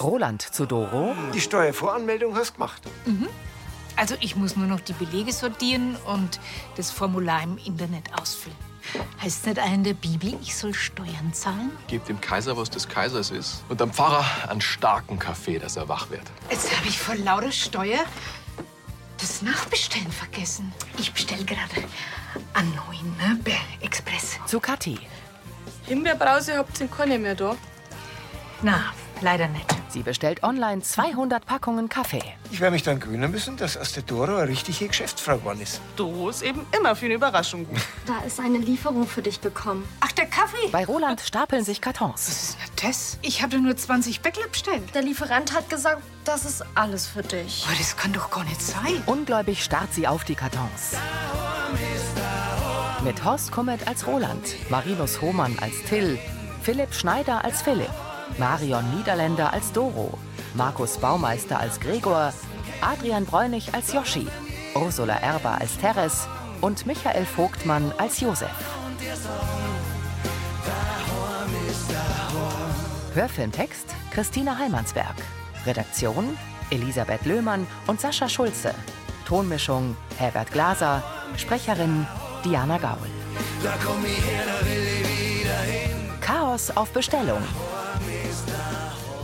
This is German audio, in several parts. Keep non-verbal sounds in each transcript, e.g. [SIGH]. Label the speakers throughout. Speaker 1: Roland zu Doro.
Speaker 2: Die Steuervoranmeldung hast gemacht.
Speaker 3: Also ich muss nur noch die Belege sortieren und das Formular im Internet ausfüllen. Heißt nicht auch in der Bibel, ich soll Steuern zahlen?
Speaker 4: Gebt dem Kaiser, was des Kaisers ist. Und dem Pfarrer einen starken Kaffee, dass er wach wird.
Speaker 3: Jetzt habe ich vor lauter Steuer das Nachbestellen vergessen. Ich bestelle gerade einen neuen Nürnberg-Express.
Speaker 1: Zu Kathi.
Speaker 5: Himbeerbrause habt ihr keine mehr da.
Speaker 3: Na, leider nicht.
Speaker 1: Sie bestellt online 200 Packungen Kaffee.
Speaker 2: Ich werde mich dann gewöhnen müssen, dass aus der Doro eine richtige Geschäftsfrau geworden ist.
Speaker 6: Doro ist eben immer für eine Überraschung gut.
Speaker 7: Da ist eine Lieferung für dich gekommen.
Speaker 3: Ach, der Kaffee?
Speaker 1: Bei Roland stapeln sich Kartons.
Speaker 3: Was ist denn das? Ich habe nur 20 Bäckler bestellt.
Speaker 7: Der Lieferant hat gesagt, das ist alles für dich.
Speaker 3: Boah, das kann doch gar nicht sein.
Speaker 1: Ungläubig starrt sie auf die Kartons. Mit Horst Kummet als Roland, Marinus Hohmann als Till, Philipp Schneider als Philipp, Marion Niederländer als Doro, Markus Baumeister als Gregor, Adrian Bräunig als Joschi, Ursula Erber als Teres und Michael Vogtmann als Josef. Hörfilmtext Christina Heimansberg. Redaktion Elisabeth Löhmann und Sascha Schulze. Tonmischung Herbert Glaser. Sprecherin Diana Gaul. Chaos auf Bestellung.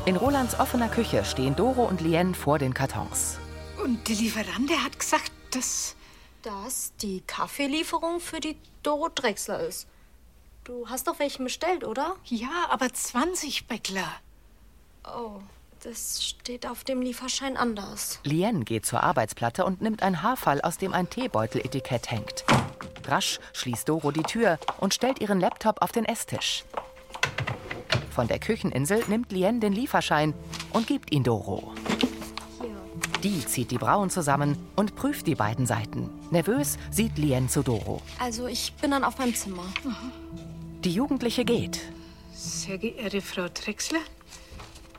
Speaker 1: In Rolands offener Küche stehen Doro und Lien vor den Kartons.
Speaker 3: Und der Lieferant, der hat gesagt, dass...
Speaker 7: Dass die Kaffeelieferung für die Doro Drechsler ist. Du hast doch welchen bestellt, oder?
Speaker 3: Ja, aber 20 Bäckler.
Speaker 7: Oh, das steht auf dem Lieferschein anders.
Speaker 1: Lien geht zur Arbeitsplatte und nimmt ein Haarfall, aus dem ein Teebeuteletikett hängt. Rasch schließt Doro die Tür und stellt ihren Laptop auf den Esstisch. Von der Kücheninsel nimmt Lien den Lieferschein und gibt ihn Doro. Die zieht die Brauen zusammen und prüft die beiden Seiten. Nervös sieht Lien zu Doro.
Speaker 7: Also, ich bin dann auf meinem Zimmer.
Speaker 1: Die Jugendliche geht.
Speaker 3: Sehr geehrte Frau Drechsler,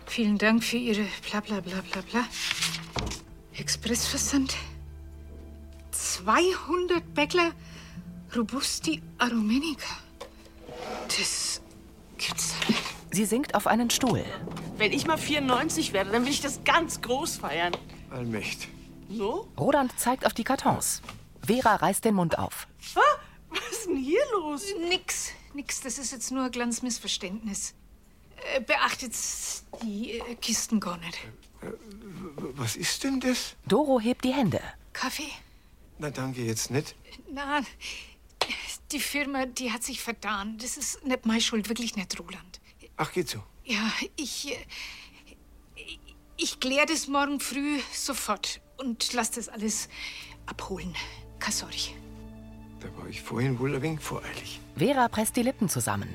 Speaker 3: vielen Dank für Ihre bla bla bla bla bla. Expressversand. 200 Bäckler Robusti Aromenica. Das gibt's doch nicht.
Speaker 1: Sie sinkt auf einen Stuhl.
Speaker 6: Wenn ich mal 94 werde, dann will ich das ganz groß feiern.
Speaker 2: Allmächt.
Speaker 6: No?
Speaker 1: Roland zeigt auf die Kartons. Vera reißt den Mund auf.
Speaker 6: Ah, was ist denn hier los?
Speaker 3: Nix, nix, das ist jetzt nur ein kleines Missverständnis. Äh, Beachtet die äh, Kisten gar nicht.
Speaker 2: Äh, W- Was ist denn das?
Speaker 1: Doro hebt die Hände.
Speaker 3: Kaffee?
Speaker 2: Na, danke jetzt nicht.
Speaker 3: Nein, die Firma, die hat sich vertan. Das ist nicht meine Schuld, wirklich nicht, Roland.
Speaker 2: Ach, geht so.
Speaker 3: Ja, ich. äh, ich- Ich kläre das morgen früh sofort und lass das alles abholen. Keine Sorge.
Speaker 2: Da war ich vorhin wohl ein wenig voreilig.
Speaker 1: Vera presst die Lippen zusammen.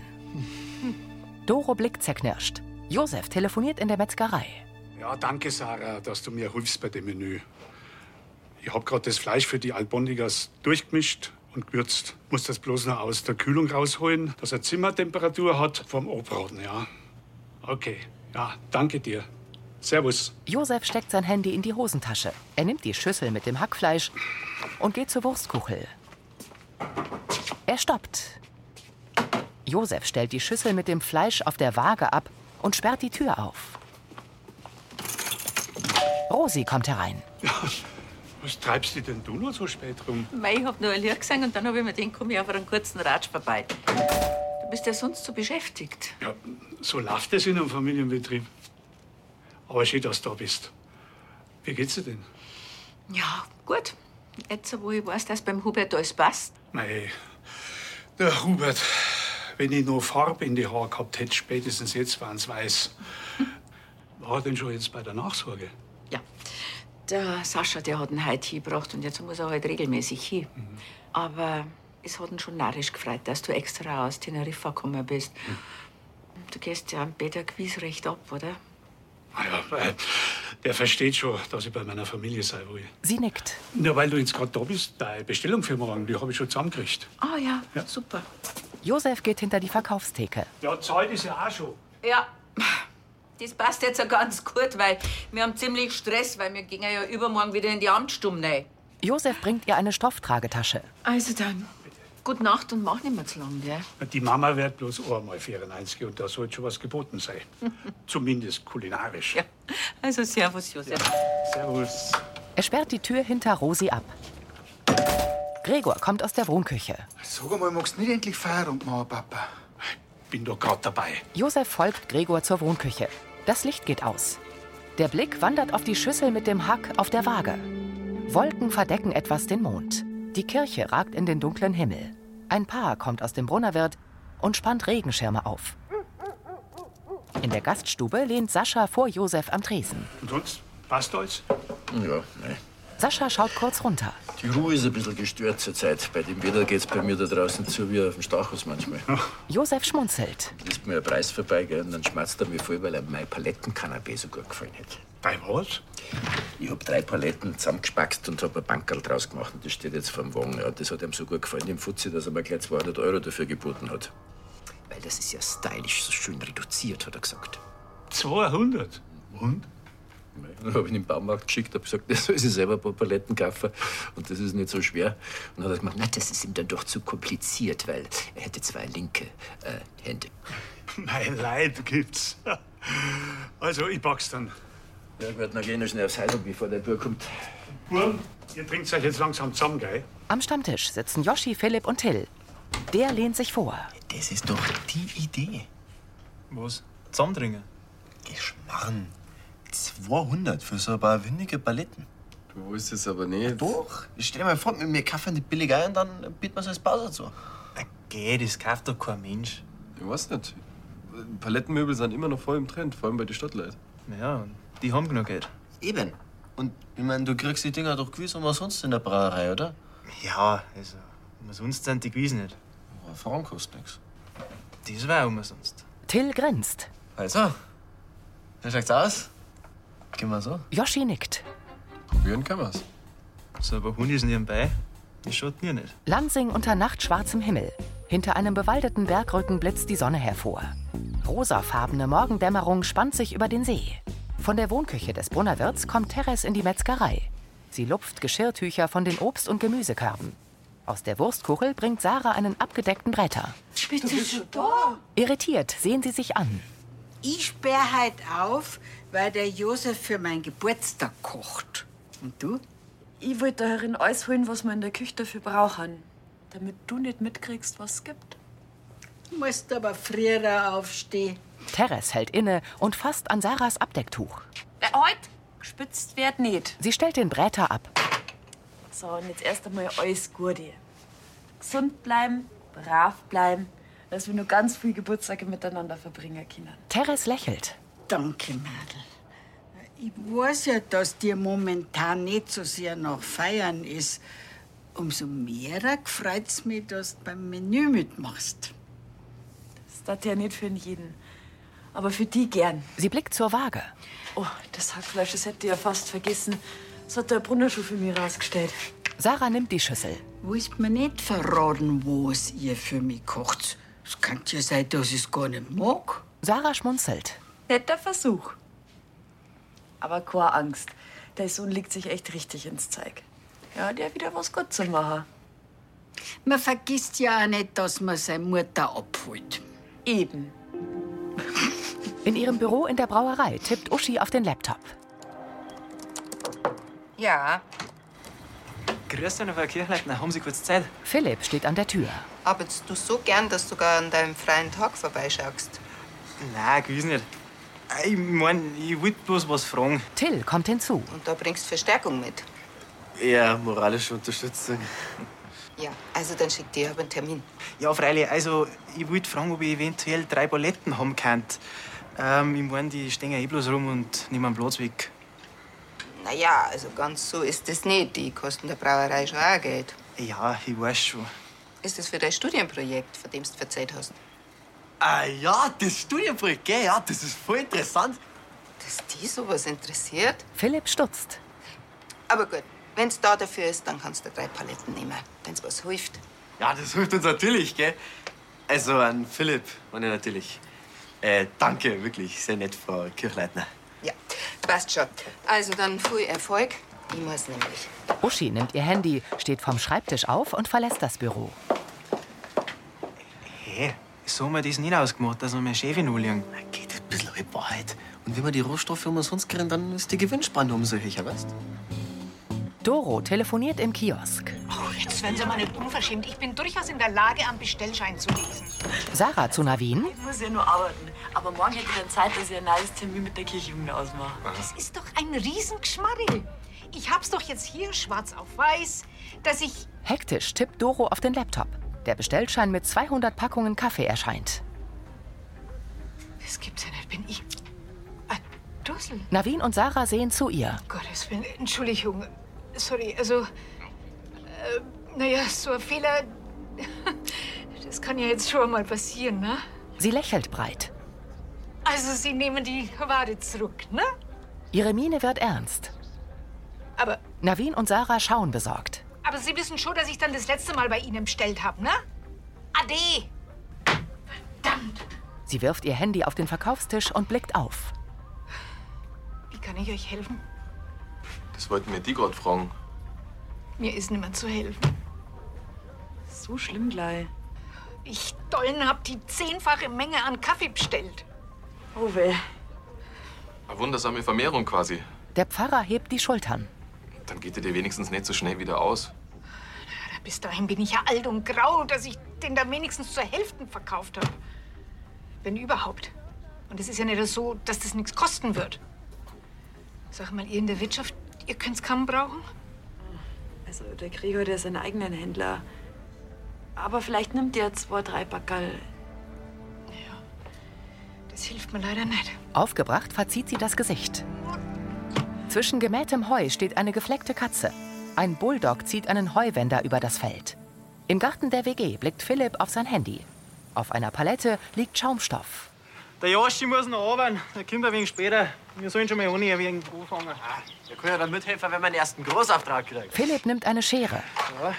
Speaker 1: Doro blickt zerknirscht. Josef telefoniert in der Metzgerei.
Speaker 8: Ja, danke, Sarah, dass du mir hilfst bei dem Menü. Ich hab grad das Fleisch für die Albondigas durchgemischt und gewürzt. Muss das bloß noch aus der Kühlung rausholen, dass er Zimmertemperatur hat vom Obraten, ja. Okay, ja, danke dir. Servus.
Speaker 1: Josef steckt sein Handy in die Hosentasche. Er nimmt die Schüssel mit dem Hackfleisch und geht zur Wurstkuchel. Er stoppt. Josef stellt die Schüssel mit dem Fleisch auf der Waage ab und sperrt die Tür auf. Rosi kommt herein.
Speaker 8: Was treibst du denn du noch so spät rum?
Speaker 9: Mei, ich hab nur ein Lied gesungen und dann hab ich mir gedacht, komm ich auf einen kurzen Ratsch vorbei. Du bist ja sonst so beschäftigt.
Speaker 8: Ja, so läuft das in einem Familienbetrieb. Aber schön, dass du da bist. Wie geht's dir denn?
Speaker 9: Ja, gut. Jetzt, wo ich weiß, dass beim Hubert alles passt.
Speaker 8: Mei, der Hubert, wenn ich noch Farbe in die Haare gehabt hätte, spätestens jetzt waren's weiß. War er denn schon jetzt bei der Nachsorge?
Speaker 9: Ja. Der Sascha, der hat ihn heute hingebracht und jetzt muss er halt regelmäßig hin. Aber es hat ihn schon narrisch gefreut, dass du extra aus Teneriffa gekommen bist. Du gehst ja am Peter Quiz recht ab, oder?
Speaker 8: Ah ja, äh, der versteht schon, dass ich bei meiner Familie sein will.
Speaker 1: Sie nickt.
Speaker 8: Na, weil du jetzt gerade da bist, deine Bestellung für morgen, die habe ich schon zusammengekriegt.
Speaker 9: Ah ja, super.
Speaker 1: Josef geht hinter die Verkaufstheke.
Speaker 8: Ja, Zeit ist ja auch schon.
Speaker 9: Ja, das passt jetzt auch ganz gut, weil wir haben ziemlich Stress, weil wir gehen ja übermorgen wieder in die Amtsstumm rein.
Speaker 1: Josef bringt ihr eine Stofftragetasche.
Speaker 6: Also dann,
Speaker 9: Gute Nacht und mach nicht mehr zu lang, gell?
Speaker 8: Die Mama wird bloß einmal 94 und da sollte schon was geboten sein. Zumindest kulinarisch.
Speaker 9: Also servus, Josef.
Speaker 8: Servus.
Speaker 1: Er sperrt die Tür hinter Rosi ab. Gregor kommt aus der Wohnküche.
Speaker 2: Sag einmal, magst du nicht endlich Feierabend machen, Papa?
Speaker 8: Bin doch gerade dabei.
Speaker 1: Josef folgt Gregor zur Wohnküche. Das Licht geht aus. Der Blick wandert auf die Schüssel mit dem Hack auf der Waage. Wolken verdecken etwas den Mond. Die Kirche ragt in den dunklen Himmel. Ein Paar kommt aus dem Brunnerwirt und spannt Regenschirme auf. In der Gaststube lehnt Sascha vor Josef am Tresen.
Speaker 8: Und sonst? Passt alles?
Speaker 10: Ja, nein.
Speaker 1: Sascha schaut kurz runter.
Speaker 10: Die Ruhe ist ein bisschen gestört zurzeit. Bei dem Wetter geht's bei mir da draußen zu wie auf dem Stachus manchmal.
Speaker 1: Josef schmunzelt.
Speaker 10: Ist mir ein Preis vorbei, gell? Und dann schmerzt er mich voll, weil er mein Palettenkanapé so gut gefallen hat.
Speaker 8: Bei was?
Speaker 10: Ich hab drei Paletten zusammengespackst und hab ein Bankerl draus gemacht und das steht jetzt vor dem Wagen. Ja, das hat ihm so gut gefallen, dem Fuzzi, dass er mir gleich 200 Euro dafür geboten hat. Weil das ist ja stylisch so schön reduziert, hat er gesagt.
Speaker 8: 200. Und?
Speaker 10: Dann habe ich ihn in den Baumarkt geschickt, habe gesagt, [LAUGHS] der soll sich selber ein paar Paletten kaufen und das ist nicht so schwer. Und dann hat er gemacht, na, das ist ihm dann doch zu kompliziert, weil er hätte zwei linke äh, Hände.
Speaker 8: Mein Leid gibt's. Also, ich pack's dann.
Speaker 10: Ja, ich werde noch gehen, schnell aufs Heidel, bevor der Bub kommt.
Speaker 8: Burm, ihr trinkt euch jetzt langsam zusammen, gell?
Speaker 1: Am Stammtisch sitzen Joschi, Philipp und Till. Der lehnt sich vor.
Speaker 11: Das ist doch die Idee.
Speaker 4: Was? Zusammendringen?
Speaker 11: Geschmarren. 200 für so ein paar windige Paletten.
Speaker 4: Du willst es aber nicht.
Speaker 11: Doch, ich stell mir vor, mit mir Kaffee nicht billig ein und dann bieten wir so als Pause zu.
Speaker 1: Na
Speaker 11: geh, das kauft doch kein Mensch.
Speaker 4: Ich weiß nicht. Palettenmöbel sind immer noch voll im Trend, vor allem bei den Stadtleuten.
Speaker 11: Naja, die haben genug Geld. Eben. Und ich meine, du kriegst die Dinger doch gewiss immer sonst in der Brauerei, oder? Ja, also, umsonst sind die gewiss nicht. Aber Frauen kostet nichts. Das war umsonst.
Speaker 1: Till grinst.
Speaker 11: Also, wie schaut's aus? Gehen wir so?
Speaker 1: Joschi nickt.
Speaker 4: Probieren kann man's.
Speaker 11: So, aber Hund ist nebenbei. Das schaut mir nicht.
Speaker 1: Lansing unter nachtschwarzem Himmel. Hinter einem bewaldeten Bergrücken blitzt die Sonne hervor. Rosafarbene Morgendämmerung spannt sich über den See. Von der Wohnküche des Brunnerwirts kommt Teres in die Metzgerei. Sie lupft Geschirrtücher von den Obst- und Gemüsekörben. Aus der Wurstkuchel bringt Sarah einen abgedeckten Bretter.
Speaker 12: Bist du schon da?
Speaker 1: Irritiert sehen sie sich an.
Speaker 12: Ich sperre halt auf, weil der Josef für meinen Geburtstag kocht. Und du?
Speaker 13: Ich wollte da herin alles holen, was wir in der Küche dafür brauchen. Damit du nicht mitkriegst, was es gibt.
Speaker 12: Du musst aber früher aufstehen.
Speaker 1: Teres hält inne und fasst an Sarahs Abdecktuch.
Speaker 13: Heute gespitzt wird nicht.
Speaker 1: Sie stellt den Bretter ab.
Speaker 13: So, und jetzt erst einmal alles Gute. Gesund bleiben, brav bleiben, dass wir nur ganz viele Geburtstage miteinander verbringen können.
Speaker 1: Teres lächelt.
Speaker 12: Danke, Madel. Ich weiß ja, dass dir momentan nicht so sehr nach Feiern ist. Umso mehr freut's mich, dass du beim Menü mitmachst.
Speaker 13: Das tat ja nicht für jeden. Aber für die gern.
Speaker 1: Sie blickt zur Waage.
Speaker 13: Oh, das Hackfleisch, das hätte ich ja fast vergessen. Das hat der Brunner schon für mich rausgestellt.
Speaker 1: Sarah nimmt die Schüssel.
Speaker 12: Willst mir nicht verraten, was ihr für mich kocht? Es kann ja sein, dass ich es gar nicht mag.
Speaker 1: Sarah schmunzelt.
Speaker 13: Netter Versuch. Aber keine Angst. Der Sohn legt sich echt richtig ins Zeug. Ja, der hat wieder was gut zu machen.
Speaker 12: Man vergisst ja auch nicht, dass man seine Mutter abholt.
Speaker 13: Eben.
Speaker 1: In ihrem Büro in der Brauerei tippt Uschi auf den Laptop.
Speaker 14: Ja,
Speaker 11: Grüß dich, Frau Kirchleitner. Haben Sie kurz Zeit?
Speaker 1: Philipp steht an der Tür.
Speaker 14: arbeitest du so gern, dass du sogar an deinem freien Tag vorbeischaust?
Speaker 11: Nein, gewiss nicht. Ich mein, ich wollte bloß was fragen.
Speaker 1: Till kommt hinzu.
Speaker 14: Und da bringst Verstärkung mit.
Speaker 11: Ja, moralische Unterstützung.
Speaker 14: Ja, also dann schick dir aber einen Termin.
Speaker 11: Ja, freilich. Also, ich wollte fragen, ob ich eventuell drei Paletten haben könnt. Ähm, ich mein, die stehen ja eh bloß rum und nehmen Platz weg.
Speaker 14: Naja, also ganz so ist es nicht. Die kosten der Brauerei schon auch Geld.
Speaker 11: Ja, ich weiß schon.
Speaker 14: Ist es für dein Studienprojekt, von dem du erzählt hast?
Speaker 11: Ah ja, das Studienprojekt, gell? Ja, das ist voll interessant.
Speaker 14: Dass die sowas interessiert?
Speaker 1: Philipp stutzt.
Speaker 14: Aber gut, wenn es da dafür ist, dann kannst du drei Paletten nehmen, wenn es was hilft.
Speaker 15: Ja, das hilft uns natürlich, gell? Also an Philipp und natürlich. Äh, danke, wirklich, sehr nett, Frau Kirchleitner.
Speaker 14: Ja, passt schon. Also dann viel Erfolg. Ich muss nämlich.
Speaker 1: Uschi nimmt ihr Handy, steht vom Schreibtisch auf und verlässt das Büro.
Speaker 16: Hey, so haben wir das nicht ausgemacht, dass wir meine Chefin anlegen.
Speaker 17: Geht ein bisschen in Wahrheit. Und wenn wir die Rohstoffe umsonst kriegen, dann ist die Gewinnspanne umso höher, weißt
Speaker 1: Doro telefoniert im Kiosk.
Speaker 3: Jetzt werden Sie mal nicht unverschämt. Ich bin durchaus in der Lage, am Bestellschein zu lesen.
Speaker 1: Sarah zu Navin.
Speaker 13: Ich muss ja nur arbeiten. Aber morgen hätte ich dann Zeit, dass ich ein neues Termin mit der Kirchenjugend ausmache.
Speaker 3: Das ist doch ein Riesengeschmarrel. Ich hab's doch jetzt hier schwarz auf weiß, dass ich
Speaker 1: Hektisch tippt Doro auf den Laptop. Der Bestellschein mit 200 Packungen Kaffee erscheint.
Speaker 3: Das gibt's ja nicht. Bin ich. Ein Dussel?
Speaker 1: Navin und Sarah sehen zu ihr.
Speaker 3: Gottes Willen. Entschuldigung. Sorry, also. Äh, naja, so ein Fehler. [LAUGHS] Das kann ja jetzt schon mal passieren, ne?
Speaker 1: Sie lächelt breit.
Speaker 3: Also, Sie nehmen die Ware zurück, ne?
Speaker 1: Ihre Miene wird ernst.
Speaker 3: Aber,
Speaker 1: Navin und Sarah schauen besorgt.
Speaker 3: aber Sie wissen schon, dass ich dann das letzte Mal bei Ihnen bestellt habe, ne? Ade!
Speaker 1: Sie wirft ihr Handy auf den Verkaufstisch und blickt auf.
Speaker 3: Wie kann ich euch helfen?
Speaker 4: Das wollten wir die gerade fragen.
Speaker 3: Mir ist niemand zu helfen.
Speaker 13: So schlimm gleich.
Speaker 3: Ich dollen hab die zehnfache Menge an Kaffee bestellt.
Speaker 13: Oh weh.
Speaker 4: Eine wundersame Vermehrung quasi.
Speaker 1: Der Pfarrer hebt die Schultern.
Speaker 4: Dann geht er dir wenigstens nicht so schnell wieder aus.
Speaker 3: Bis dahin bin ich ja alt und grau, dass ich den da wenigstens zur Hälfte verkauft habe. Wenn überhaupt. Und es ist ja nicht so, dass das nichts kosten wird. Sag mal, ihr in der Wirtschaft, ihr könnt's kaum brauchen?
Speaker 13: Also der Gregor, der ist ein eigenen Händler. Aber vielleicht nimmt der zwei, drei Backerl.
Speaker 3: Das hilft mir leider nicht.
Speaker 1: Aufgebracht verzieht sie das Gesicht. Zwischen gemähtem Heu steht eine gefleckte Katze. Ein Bulldog zieht einen Heuwender über das Feld. Im Garten der WG blickt Philipp auf sein Handy. Auf einer Palette liegt Schaumstoff.
Speaker 16: Der Joschi muss noch arbeiten, der kommt ein wenig später. Wir sollen schon mal ohne ein wenig anfangen.
Speaker 15: Ah, Wir können ja dann mithelfen, wenn wir einen ersten Großauftrag kriegen.
Speaker 1: Philipp nimmt eine Schere.
Speaker 16: Ja,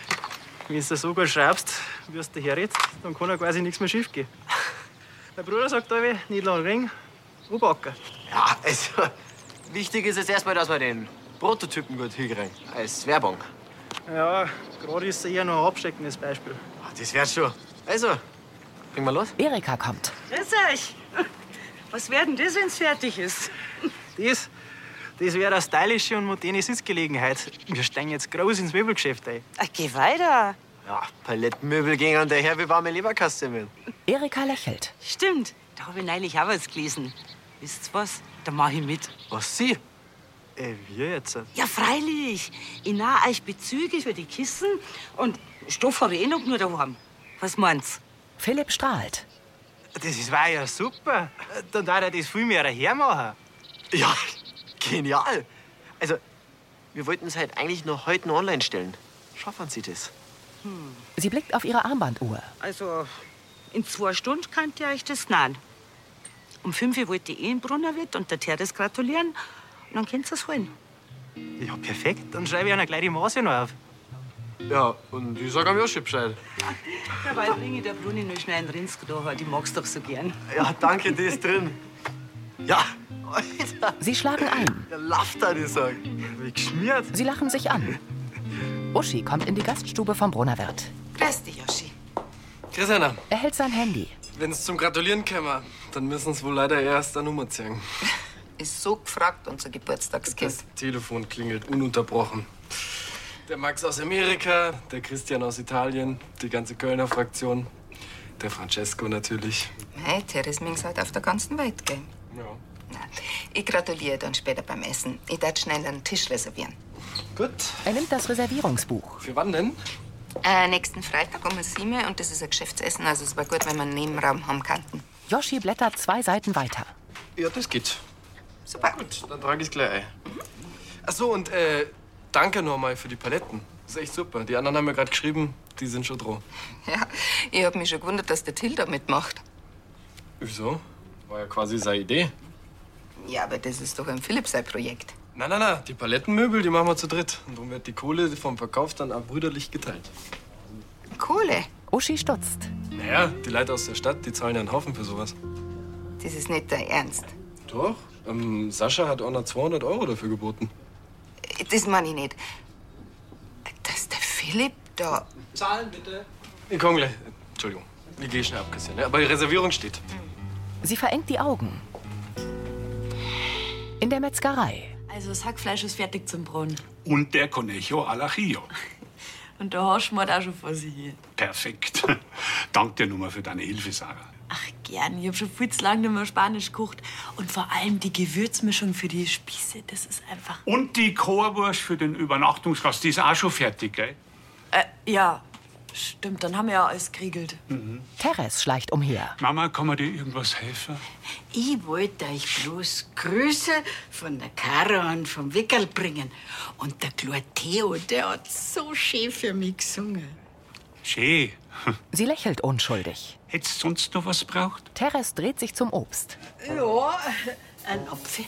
Speaker 16: wenn du so gut schreibst, wirst du herrätst, dann kann ja quasi nichts mehr schief gehen. Mein Bruder sagt alle, nicht lang ring, anpacken.
Speaker 15: Ja, also, wichtig ist jetzt erstmal, dass wir den Prototypen gut hinkriegen. Als Werbung.
Speaker 16: Ja, gerade ist es eher noch ein abschreckendes Beispiel.
Speaker 15: Ah, Das wär's schon. Also, bringen wir los?
Speaker 1: Erika kommt.
Speaker 6: Grüß euch. Was werden das, wenn's fertig ist?
Speaker 16: Das, das wäre eine stylische und moderne Sitzgelegenheit. Wir steigen jetzt groß ins Möbelgeschäft ein.
Speaker 6: Ach, Ah, geh weiter.
Speaker 15: Ja, Palettenmöbel gehen an der her wie warme Leberkasteln.
Speaker 1: Erika lächelt.
Speaker 6: Stimmt, da habe ich neulich auch was gelesen. Wisst's was? Da mach ich mit.
Speaker 15: Was Sie?
Speaker 16: Äh, wir jetzt?
Speaker 6: Ja, freilich. Ich nahe euch Bezüge für die Kissen und Stoff habe ich eh noch nur daheim. Was meinst
Speaker 1: Philipp strahlt.
Speaker 16: Das ist- war ja super. Dann darf er das viel mehr hermachen.
Speaker 15: Ja, genial. Also, wir wollten es halt eigentlich noch heute noch online stellen. Schaffen Sie das?
Speaker 6: Hm.
Speaker 1: Sie blickt auf ihre Armbanduhr.
Speaker 6: Also, in zwei Stunden könnt ihr euch das nahen. Um fünf Uhr wollt ihr eh in Brunnerwirt und der Teres gratulieren. Und dann könnt ihr es holen.
Speaker 16: Ja, perfekt. Dann schreibe ich einer gleich die Maße noch auf.
Speaker 15: Ja, und ich sage am Joschi Bescheid.
Speaker 6: Dabei bringe ich der Bruni noch schnell einen Rinsk da, die magst doch so gern.
Speaker 15: Ja, danke, die ist drin. Ja,
Speaker 1: Sie schlagen ein.
Speaker 15: der lauft da, die sagt.
Speaker 16: Wie geschmiert.
Speaker 1: Sie lachen sich an. Uschi kommt in die Gaststube vom Brunnerwirt.
Speaker 14: Grüß dich, Yoshi.
Speaker 17: Grüß Anna.
Speaker 1: Er hält sein Handy.
Speaker 17: Wenn's zum Gratulieren käme, dann müssen Sie wohl leider erst eine Nummer ziehen.
Speaker 14: [LAUGHS] Ist so gefragt, unser Geburtstagskind.
Speaker 17: Das Telefon klingelt ununterbrochen. Der Max aus Amerika, der Christian aus Italien, die ganze Kölner Fraktion, der Francesco natürlich.
Speaker 14: Hey, Therese Mings hat auf der ganzen Welt gehen.
Speaker 17: Ja.
Speaker 14: Ich gratuliere dann später beim Essen. Ich darf schnell einen Tisch reservieren.
Speaker 17: Gut.
Speaker 1: Er nimmt das Reservierungsbuch.
Speaker 17: Für wann denn?
Speaker 14: Äh, nächsten Freitag um 7 Uhr und das ist ein Geschäftsessen, also es war gut, wenn wir einen Nebenraum haben kannten.
Speaker 1: Yoshi blättert zwei Seiten weiter.
Speaker 17: Ja, das geht.
Speaker 14: Super.
Speaker 17: Gut, dann trage ich gleich ein. Ach so, und äh, danke nochmal für die Paletten. Das ist echt super. Die anderen haben mir gerade geschrieben, die sind schon dran.
Speaker 14: Ja, ich habe mich schon gewundert, dass der Till da mitmacht.
Speaker 17: Wieso? War ja quasi seine Idee.
Speaker 14: Ja, aber das ist doch ein Philipp sein Projekt.
Speaker 17: Nein, nein, nein, die Palettenmöbel, die machen wir zu dritt. Und darum wird die Kohle vom Verkauf dann auch brüderlich geteilt.
Speaker 14: Kohle,
Speaker 1: Uschi stutzt.
Speaker 17: Naja, die Leute aus der Stadt, die zahlen ja einen Haufen für sowas.
Speaker 14: das ist nicht dein Ernst.
Speaker 17: Doch. Ähm, Sascha hat auch noch 200 Euro dafür geboten.
Speaker 14: Das meine ich nicht. Dass der Philipp da.
Speaker 17: Zahlen bitte. Ich komm gleich. Entschuldigung. Ich gehe schnell abkassieren, ne? aber die Reservierung steht.
Speaker 1: Sie verengt die Augen. In der Metzgerei.
Speaker 13: Also das Hackfleisch ist fertig zum Brunnen.
Speaker 8: Und der Conejo Alachio.
Speaker 13: Und der Horschmord auch schon vor sich hier.
Speaker 8: Perfekt. [LAUGHS] Dank dir nochmal für deine Hilfe, Sarah.
Speaker 13: Gern, ich habe schon viel zu lange nicht mehr Spanisch gekocht. Und vor allem die Gewürzmischung für die Spieße, das ist einfach...
Speaker 8: Und die Chorwurst für den Übernachtungsgast, die ist auch schon fertig, gell?
Speaker 13: Äh, ja, stimmt, dann haben wir ja alles geregelt.
Speaker 1: Teres schleicht umher.
Speaker 8: Mhm. Mama, kann man dir irgendwas helfen?
Speaker 12: Ich wollte euch bloß Grüße von der Caro und vom Wickerl bringen. Und der kleine Theo, der hat so schön für mich gesungen.
Speaker 8: [LAUGHS] Schön.
Speaker 1: Sie lächelt unschuldig.
Speaker 8: Hättest sonst noch was braucht?
Speaker 1: Teres dreht sich zum Obst.
Speaker 12: Ja, ein Apfel.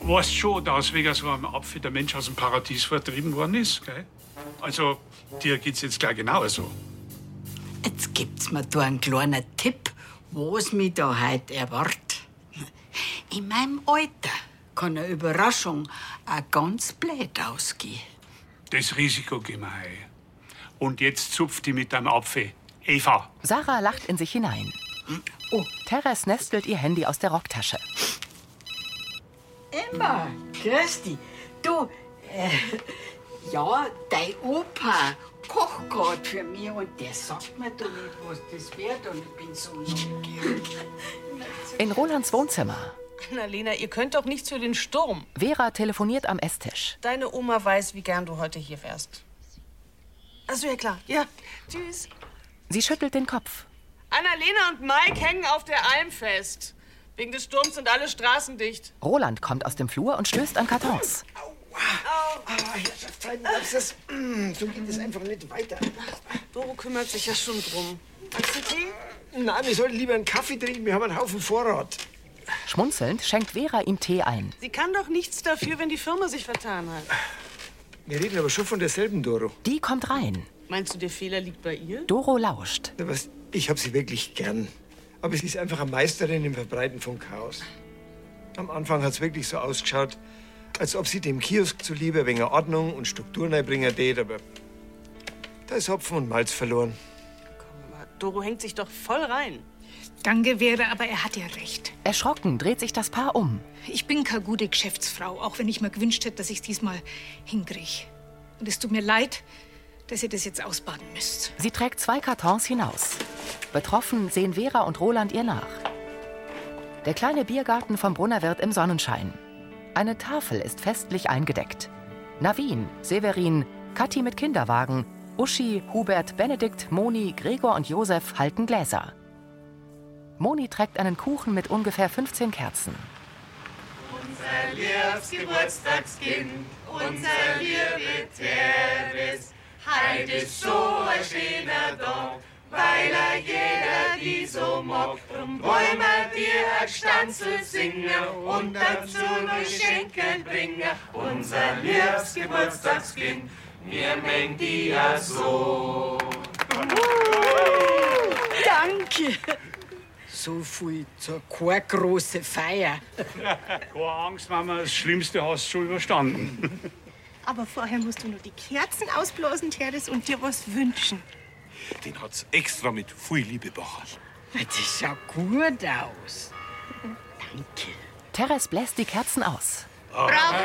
Speaker 8: Weißt schon, dass wegen so einem Apfel der Mensch aus dem Paradies vertrieben worden ist, gell? Also, dir geht's jetzt gleich genauso.
Speaker 12: Jetzt gibt's mir da einen kleinen Tipp, was mich da heute erwartet. In meinem Alter kann eine Überraschung auch ganz blöd ausgehen.
Speaker 8: Das Risiko gehen wir ein. Und jetzt zupf die mit deinem Apfel. Eva.
Speaker 1: Sarah lacht in sich hinein. Oh, Teres nestelt ihr Handy aus der Rocktasche.
Speaker 12: Emma, grüß dich. Du, äh, ja, dein Opa kocht gerade für mich und der sagt mir doch nicht, was das wird und ich bin so neugierig.
Speaker 1: In Rolands Wohnzimmer.
Speaker 18: Na, Lena, ihr könnt doch nichts für den Sturm.
Speaker 1: Vera telefoniert am Esstisch.
Speaker 18: Deine Oma weiß, wie gern du heute hier wärst. Also ja, klar. Ja, tschüss.
Speaker 1: Sie schüttelt den Kopf.
Speaker 18: Annalena und Mike hängen auf der Alm fest. Wegen des Sturms sind alle Straßen dicht.
Speaker 1: Roland kommt aus dem Flur und stößt an Kartons.
Speaker 18: Das, Hm, so geht es einfach nicht weiter. Doro kümmert sich ja schon drum. Magst du Tee?
Speaker 19: Nein, wir sollten lieber einen Kaffee trinken. Wir haben einen Haufen Vorrat.
Speaker 1: Schmunzelnd schenkt Vera ihm Tee ein.
Speaker 18: Sie kann doch nichts dafür, wenn die Firma sich vertan hat.
Speaker 19: Wir reden aber schon von derselben Doro.
Speaker 1: Die kommt rein.
Speaker 18: Meinst du, der Fehler liegt bei ihr?
Speaker 1: Doro lauscht.
Speaker 19: Na was, ich hab sie wirklich gern. Aber sie ist einfach eine Meisterin im Verbreiten von Chaos. Am Anfang hat's wirklich so ausgeschaut, als ob sie dem Kiosk zuliebe wegen Ordnung und Struktur reinbringen tät, aber da ist Hopfen und Malz verloren.
Speaker 18: Doro hängt sich doch voll rein.
Speaker 3: Danke, Vera, aber er hat ja recht.
Speaker 1: Erschrocken dreht sich das Paar um.
Speaker 3: Ich bin keine gute Geschäftsfrau, auch wenn ich mir gewünscht hätte, dass ich diesmal hinkrieg. Und es tut mir leid, dass ihr das jetzt ausbaden müsst.
Speaker 1: Sie trägt zwei Kartons hinaus. Betroffen sehen Vera und Roland ihr nach. Der kleine Biergarten vom Brunnerwirt im Sonnenschein. Eine Tafel ist festlich eingedeckt. Navin, Severin, Kathi mit Kinderwagen, Uschi, Hubert, Benedikt, Moni, Gregor und Josef halten Gläser. Moni trägt einen Kuchen mit ungefähr 15 Kerzen.
Speaker 20: Unser liebes Geburtstagskind, unser liebe Teres, heute ist so ein schöner Tag, weil er jeder die so mag. Drum wollen wir dir ein Stanzel singen und dazu noch Schenkel bringen. Unser liebes Geburtstagskind, wir mengen dir so.
Speaker 12: Danke. So viel zur keine große Feier.
Speaker 8: [LAUGHS] Keine Angst, Mama, das Schlimmste hast du schon überstanden.
Speaker 21: Aber vorher musst du nur die Kerzen ausblasen, Teres, und dir was wünschen.
Speaker 22: Den hat's extra mit viel Liebe beachtet.
Speaker 12: Das schaut gut aus.
Speaker 1: Teres bläst die Kerzen aus.
Speaker 20: Bravo!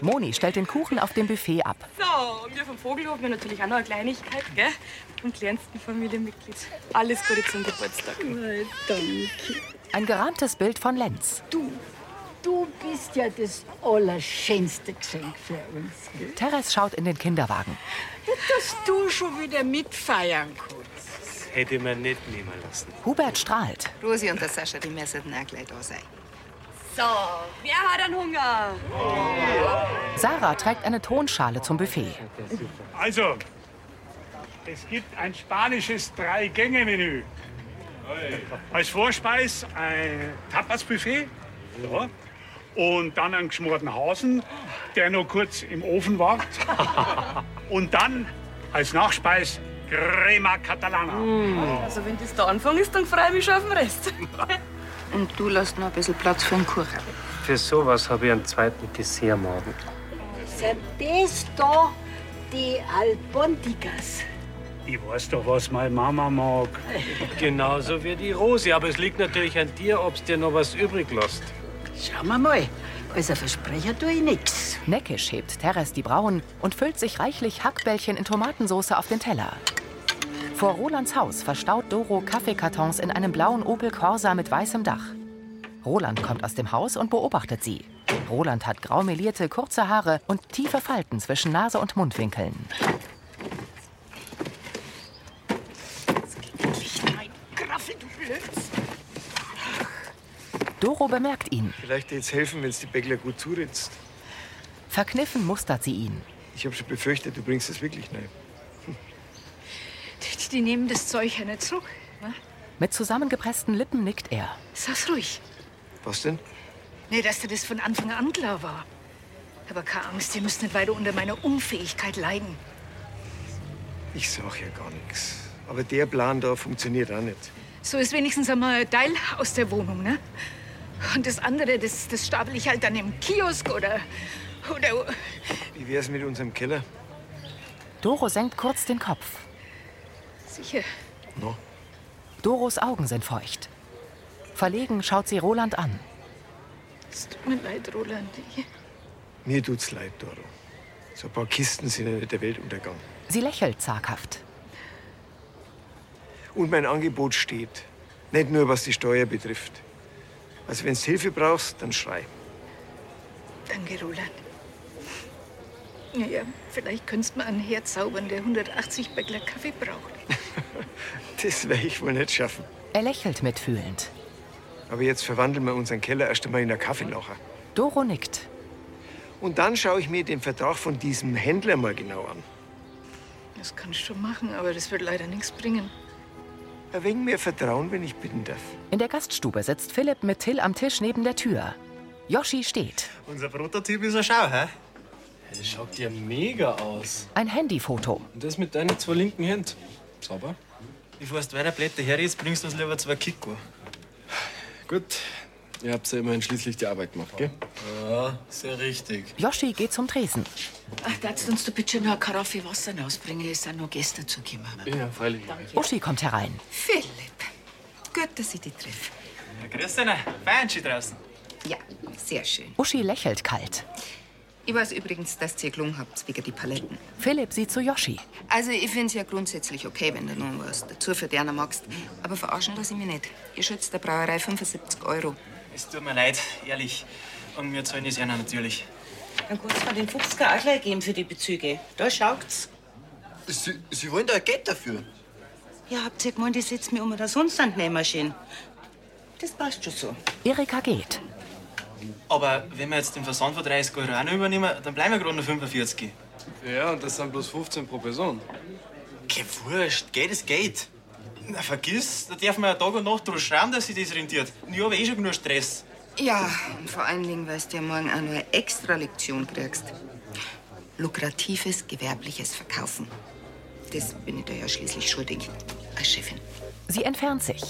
Speaker 1: Moni stellt den Kuchen auf dem Buffet ab.
Speaker 23: So, und wir vom Vogelhof haben natürlich auch noch eine Kleinigkeit, gell? Vom kleinsten Familienmitglied. Alles Gute zum Geburtstag.
Speaker 12: Danke.
Speaker 1: Ein gerahmtes Bild von Lenz.
Speaker 12: Du, du bist ja das allerschönste Geschenk für uns. gell?
Speaker 1: Teres schaut in den Kinderwagen.
Speaker 12: Dass du schon wieder mitfeiern kannst.
Speaker 24: Hätte man nicht nehmen lassen.
Speaker 1: Hubert strahlt.
Speaker 14: Rosi und der Sascha, die müssen auch gleich da sein.
Speaker 23: So, wer hat einen Hunger?
Speaker 1: Sarah trägt eine Tonschale zum Buffet.
Speaker 8: Also, es gibt ein spanisches Drei-Gänge-Menü. Als Vorspeis ein Tapas-Buffet. Ja. Und dann einen geschmorten Hasen, der noch kurz im
Speaker 24: [LAUGHS]
Speaker 8: Ofen wart. Und dann als Nachspeis Crema Catalana.
Speaker 23: Also, wenn das der Anfang ist, dann freue ich mich schon auf den Rest.
Speaker 14: Und du lässt noch ein bisschen Platz für einen Kuchen.
Speaker 24: Für sowas habe ich einen zweiten Dessert morgen.
Speaker 12: Sind das da die Albondigas?
Speaker 24: Ich weiß doch, was meine Mama mag. Genauso wie die Rose. Aber es liegt natürlich an dir, ob's dir noch was übrig lässt.
Speaker 1: Schauen wir mal. Also Versprecher tue ich nix. Neckisch hebt Teres die Brauen und füllt sich reichlich Hackbällchen in Tomatensauce auf den Teller. Vor Rolands Haus verstaut Doro Kaffeekartons in einem blauen Opel Corsa mit weißem Dach. Roland kommt aus dem Haus und beobachtet sie. Roland hat graumelierte, kurze Haare und tiefe Falten zwischen Nase und Mundwinkeln.
Speaker 3: Graffel, du Blöds.
Speaker 1: Doro bemerkt ihn.
Speaker 19: Vielleicht jetzt helfen, wenn es die Bäckler gut zuritzt.
Speaker 1: Verkniffen mustert sie ihn.
Speaker 19: Ich habe schon befürchtet, du bringst es wirklich rein.
Speaker 3: Die, die nehmen das Zeug ja nicht zurück. Ne?
Speaker 1: Mit zusammengepressten Lippen nickt er.
Speaker 3: Sag's ruhig.
Speaker 19: Was denn?
Speaker 3: Nee, dass dir das von Anfang an klar war. Aber keine Angst, ihr müsst nicht weiter unter meiner Unfähigkeit leiden.
Speaker 19: Ich sag ja gar nichts. Aber der Plan da funktioniert auch nicht.
Speaker 3: So ist wenigstens einmal ein Teil aus der Wohnung, ne? Und das andere, das, das stapel ich halt dann im Kiosk oder. oder.
Speaker 19: Wie wär's mit unserem Keller?
Speaker 1: Doro senkt kurz den Kopf.
Speaker 3: sicher.
Speaker 19: No?
Speaker 1: Doros Augen sind feucht. Verlegen schaut sie Roland an.
Speaker 3: Es tut mir leid, Roland. Ich,
Speaker 19: Mir tut's leid, Doro. So ein paar Kisten sind ja nicht der Weltuntergang.
Speaker 1: Sie lächelt zaghaft.
Speaker 19: Und mein Angebot steht. Nicht nur, was die Steuer betrifft. Also, wenn du Hilfe brauchst, dann schrei.
Speaker 3: danke, Roland. Naja, vielleicht könntest du mir einen herzaubern, der 180 Bäckler Kaffee braucht.
Speaker 19: Das werde ich wohl nicht schaffen.
Speaker 1: Er lächelt mitfühlend.
Speaker 19: Aber jetzt verwandeln wir unseren Keller erst einmal in eine Kaffeelacher.
Speaker 1: Doro nickt.
Speaker 19: Und dann schaue ich mir den Vertrag von diesem Händler mal genau an.
Speaker 3: Das kannst du schon machen, aber das wird leider nichts bringen.
Speaker 19: Ein wenig mehr Vertrauen, wenn ich bitten darf.
Speaker 1: In der Gaststube sitzt Philipp mit Till am Tisch neben der Tür. Yoshi steht.
Speaker 15: Unser Prototyp ist ein Schau, hä? Das schaut ja mega aus.
Speaker 1: Ein Handyfoto.
Speaker 17: Und das mit deinen zwei linken Händen. Sauber.
Speaker 15: Bevor du weiter Blätter herriss, bringst du uns lieber zwei Kiko.
Speaker 17: Gut. Ihr habt ja immerhin schließlich die Arbeit gemacht, gell?
Speaker 15: Ja, sehr richtig.
Speaker 1: Yoshi geht zum Tresen.
Speaker 2: Ach, darfst Ah, du uns da bitte noch eine Karaffe Wasser rausbringen? Es sind noch Gäste zugekommen.
Speaker 17: Ja, freilich.
Speaker 1: Uschi kommt herein.
Speaker 2: Philipp, gut, dass ich dich treffe.
Speaker 15: Ja, grüß dich, feiern Sie draußen.
Speaker 14: Ja, sehr schön.
Speaker 1: Uschi lächelt kalt.
Speaker 14: Ich weiß übrigens, dass ihr gelungen habt wegen die Paletten.
Speaker 1: Philipp sieht zu Yoshi.
Speaker 14: Also, ich find's ja grundsätzlich okay, wenn du noch was dazu verdienen magst. Aber verarschen lass ich mich nicht. Ihr schützt der Brauerei 75 Euro.
Speaker 15: Es tut mir leid, ehrlich. Und mir zahlen das einer natürlich.
Speaker 5: Dann kannst du mir den 50er auch gleich geben für die Bezüge. Da schaut's.
Speaker 15: Sie, Sie wollen da Geld dafür?
Speaker 5: Ja, habt ihr gemeint, ich setz mich um oder sonst an die Nähmaschine. Das passt schon so.
Speaker 1: Erika geht.
Speaker 15: Aber wenn wir jetzt den Versand von 30 Euro auch noch übernehmen, dann bleiben wir gerade noch 45.
Speaker 17: Ja, und das sind bloß 15 pro Person.
Speaker 15: Keine Wurscht, Geld ist Geld. Na, vergiss, da darf man ja Tag und Nacht drüber schreiben, dass sich das rentiert. Und ich habe eh schon genug Stress.
Speaker 14: Ja, und vor allen Dingen, weil du ja morgen auch noch eine extra Lektion kriegst. Lukratives gewerbliches Verkaufen. Das bin ich dir ja schließlich schuldig, als Chefin.
Speaker 1: Sie entfernt sich.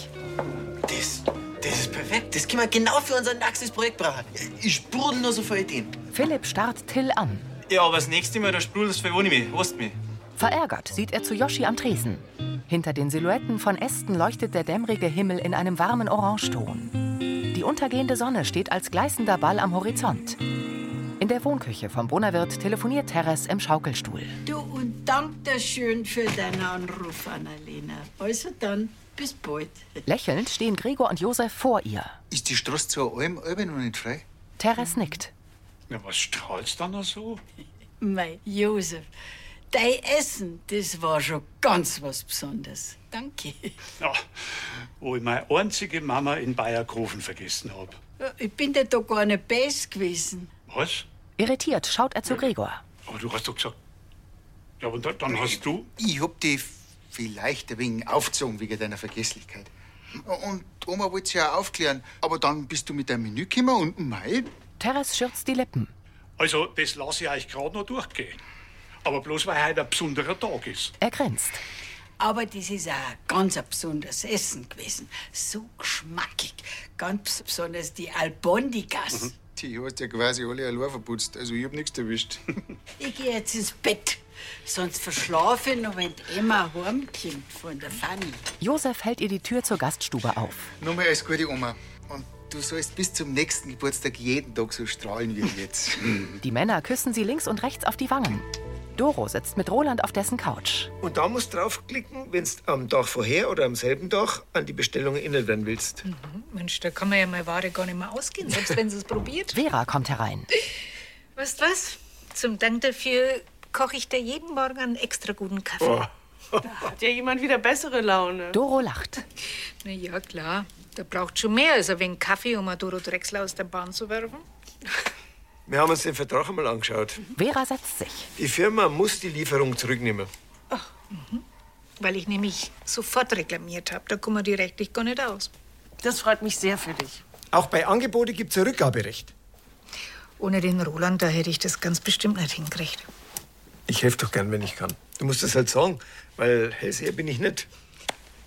Speaker 14: Das,
Speaker 1: das ist
Speaker 14: perfekt.
Speaker 1: Das
Speaker 14: können wir genau für
Speaker 1: unser nächstes Projekt brauchen.
Speaker 15: Ich sprudel nur so viele Ideen.
Speaker 1: Philipp starrt Till an.
Speaker 15: Ja, aber das nächste Mal, da sprudelst du ohne mich. Hast mich.
Speaker 1: Verärgert sieht er zu Yoshi am Tresen. Hinter den Silhouetten von Ästen leuchtet der dämmerige Himmel in einem warmen Orangeton. Die untergehende Sonne steht als gleißender Ball am Horizont. In der Wohnküche vom Brunnerwirt telefoniert Teres im Schaukelstuhl.
Speaker 12: Du und danke schön für deinen Anruf, Annalena. Also dann, bis bald.
Speaker 1: Lächelnd stehen Gregor und Josef vor ihr.
Speaker 7: Ist die Straße zur Alm Albe noch nicht frei?
Speaker 1: Teres nickt.
Speaker 8: Na, was strahlst du da noch so?
Speaker 12: Mei, Josef, dein Essen, das war schon ganz was Besonderes. Danke.
Speaker 8: Ja, wo ich meine einzige Mama in Bayerkofen vergessen hab.
Speaker 12: Ja, Äh, Ich bin dir da gar nicht best gewesen.
Speaker 8: Was?
Speaker 1: Irritiert schaut er zu Gregor.
Speaker 8: Aber du hast doch gesagt. Ja, und dann- dann hast du.
Speaker 7: Ich hab die vielleicht ein wenig aufgezogen wegen deiner Vergesslichkeit. Und Oma wollte sie ja aufklären, aber dann bist du mit deinem Menü gekommen und mei.
Speaker 1: Teres schürzt die Lippen.
Speaker 8: Also, das lasse ich euch gerade noch durchgehen. Aber bloß weil heute ein besonderer Tag ist.
Speaker 1: Er grinst.
Speaker 12: Aber das ist auch ganz ein besonderes Essen gewesen. So geschmackig. Ganz besonders die Albondigas.
Speaker 1: Mhm.
Speaker 7: Die hast ja quasi alle allein verputzt, also ich hab nichts erwischt. [LAUGHS]
Speaker 12: Ich gehe jetzt ins Bett. Sonst verschlafe ich noch, wenn die Emma heimkommt von der Fanny.
Speaker 1: Josef hält ihr die Tür zur Gaststube auf.
Speaker 7: Nochmal alles Gute, Oma. Und du sollst bis zum nächsten Geburtstag jeden Tag so strahlen wie jetzt.
Speaker 1: Die Männer küssen sie links und rechts auf die Wangen. Doro sitzt mit Roland auf dessen Couch.
Speaker 19: Und da musst du draufklicken, wenn du am Tag vorher oder am selben Tag an die Bestellung erinnert werden willst.
Speaker 1: Mhm.
Speaker 3: Mensch, da kann man ja meine Ware gar nicht mehr ausgehen, selbst wenn sie es probiert.
Speaker 1: [LAUGHS] Vera kommt herein.
Speaker 3: Weißt was? Zum Dank dafür koche ich dir jeden Morgen einen extra guten Kaffee.
Speaker 21: [LAUGHS] Hat ja jemand wieder bessere Laune.
Speaker 1: Doro lacht.
Speaker 3: Na ja, klar. Da braucht schon mehr als ein wenig Kaffee, um ein Doro Drechsler aus der Bahn zu werfen.
Speaker 19: Wir haben uns den Vertrag einmal angeschaut.
Speaker 1: Mhm. Vera setzt sich.
Speaker 19: Die Firma muss die Lieferung zurücknehmen.
Speaker 3: Weil ich nämlich sofort reklamiert habe. Da kommen die rechtlich gar nicht aus.
Speaker 21: Das freut mich sehr für dich.
Speaker 19: Auch bei Angebote gibt es ein Rückgaberecht.
Speaker 3: Ohne den Roland, da hätte ich das ganz bestimmt nicht hingekriegt.
Speaker 19: Ich helfe doch gern, wenn ich kann. Du musst es halt sagen, weil Hellseher bin ich nicht.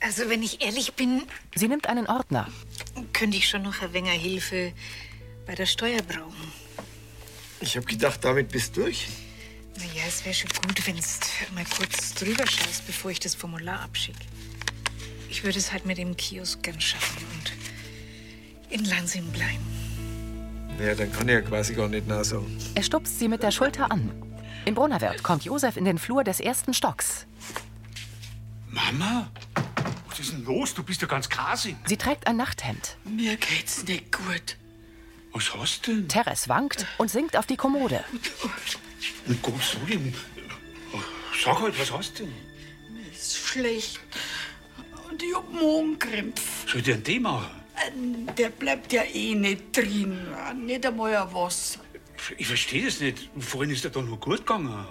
Speaker 3: Also, wenn ich ehrlich bin,
Speaker 1: Sie nimmt einen Ordner.
Speaker 3: könnte ich schon noch ein wenig Hilfe bei der Steuer brauchen.
Speaker 19: Ich habe gedacht, damit bist du durch.
Speaker 3: Naja, es wäre schon gut, wenn du mal kurz drüber schaust, bevor ich das Formular abschicke. Ich würde es halt mit dem Kiosk gern schaffen und in Lansing bleiben.
Speaker 19: Naja, dann kann ich ja quasi gar nicht nachsagen.
Speaker 1: Er stupst sie mit der Schulter an. Im Brunnerwirt kommt Josef in den Flur des ersten Stocks.
Speaker 17: Mama? Was ist denn los? Du bist ja ganz kasig.
Speaker 1: Sie trägt ein Nachthemd.
Speaker 17: Mir geht's nicht gut. Was hast du denn?
Speaker 1: Teres wankt und sinkt auf die Kommode.
Speaker 17: Um Gottes Willen. Sag halt, was hast du denn?
Speaker 18: Mir ist schlecht. Und ich hab Magenkrämpfe.
Speaker 17: Soll ich dir einen Tee machen?
Speaker 18: Ähm, Der bleibt ja eh nicht drin. Nicht einmal ein Wasser.
Speaker 17: Ich verstehe das nicht. Vorhin ist er doch nur gut gegangen.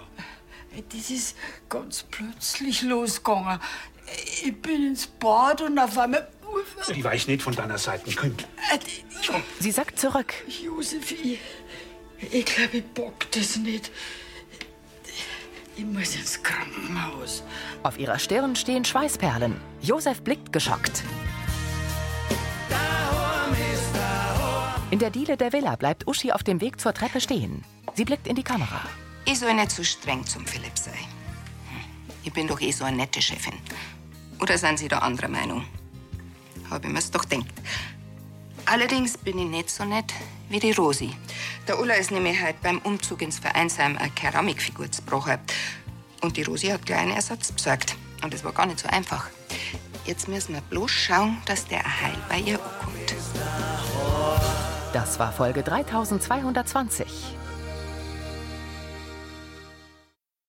Speaker 18: Das ist ganz plötzlich losgegangen. Ich bin ins Bad und auf einmal. äh,
Speaker 17: Ich weiß nicht von deiner Seite. Ich könnte.
Speaker 1: Sie sagt zurück.
Speaker 18: Josef, ich, ich glaube, ich bock das nicht. Ich muss ins Krankenhaus.
Speaker 1: Auf ihrer Stirn stehen Schweißperlen. Josef blickt geschockt. In der Diele der Villa bleibt Uschi auf dem Weg zur Treppe stehen. Sie blickt in die Kamera.
Speaker 14: Ich soll nicht zu streng zum Philipp sein. Ich bin doch eh so eine nette Chefin. Oder sind Sie da anderer Meinung? Habe ich mir's doch denkt. Allerdings bin ich nicht so nett wie die Rosi. Der Ulla ist nämlich halt beim Umzug ins Vereinsheim eine Keramikfigur zerbrochen. Und die Rosi hat gleich einen Ersatz besorgt. Und das war gar nicht so einfach. Jetzt müssen wir bloß schauen, dass der auch heil bei ihr ankommt.
Speaker 1: Das war Folge 3220.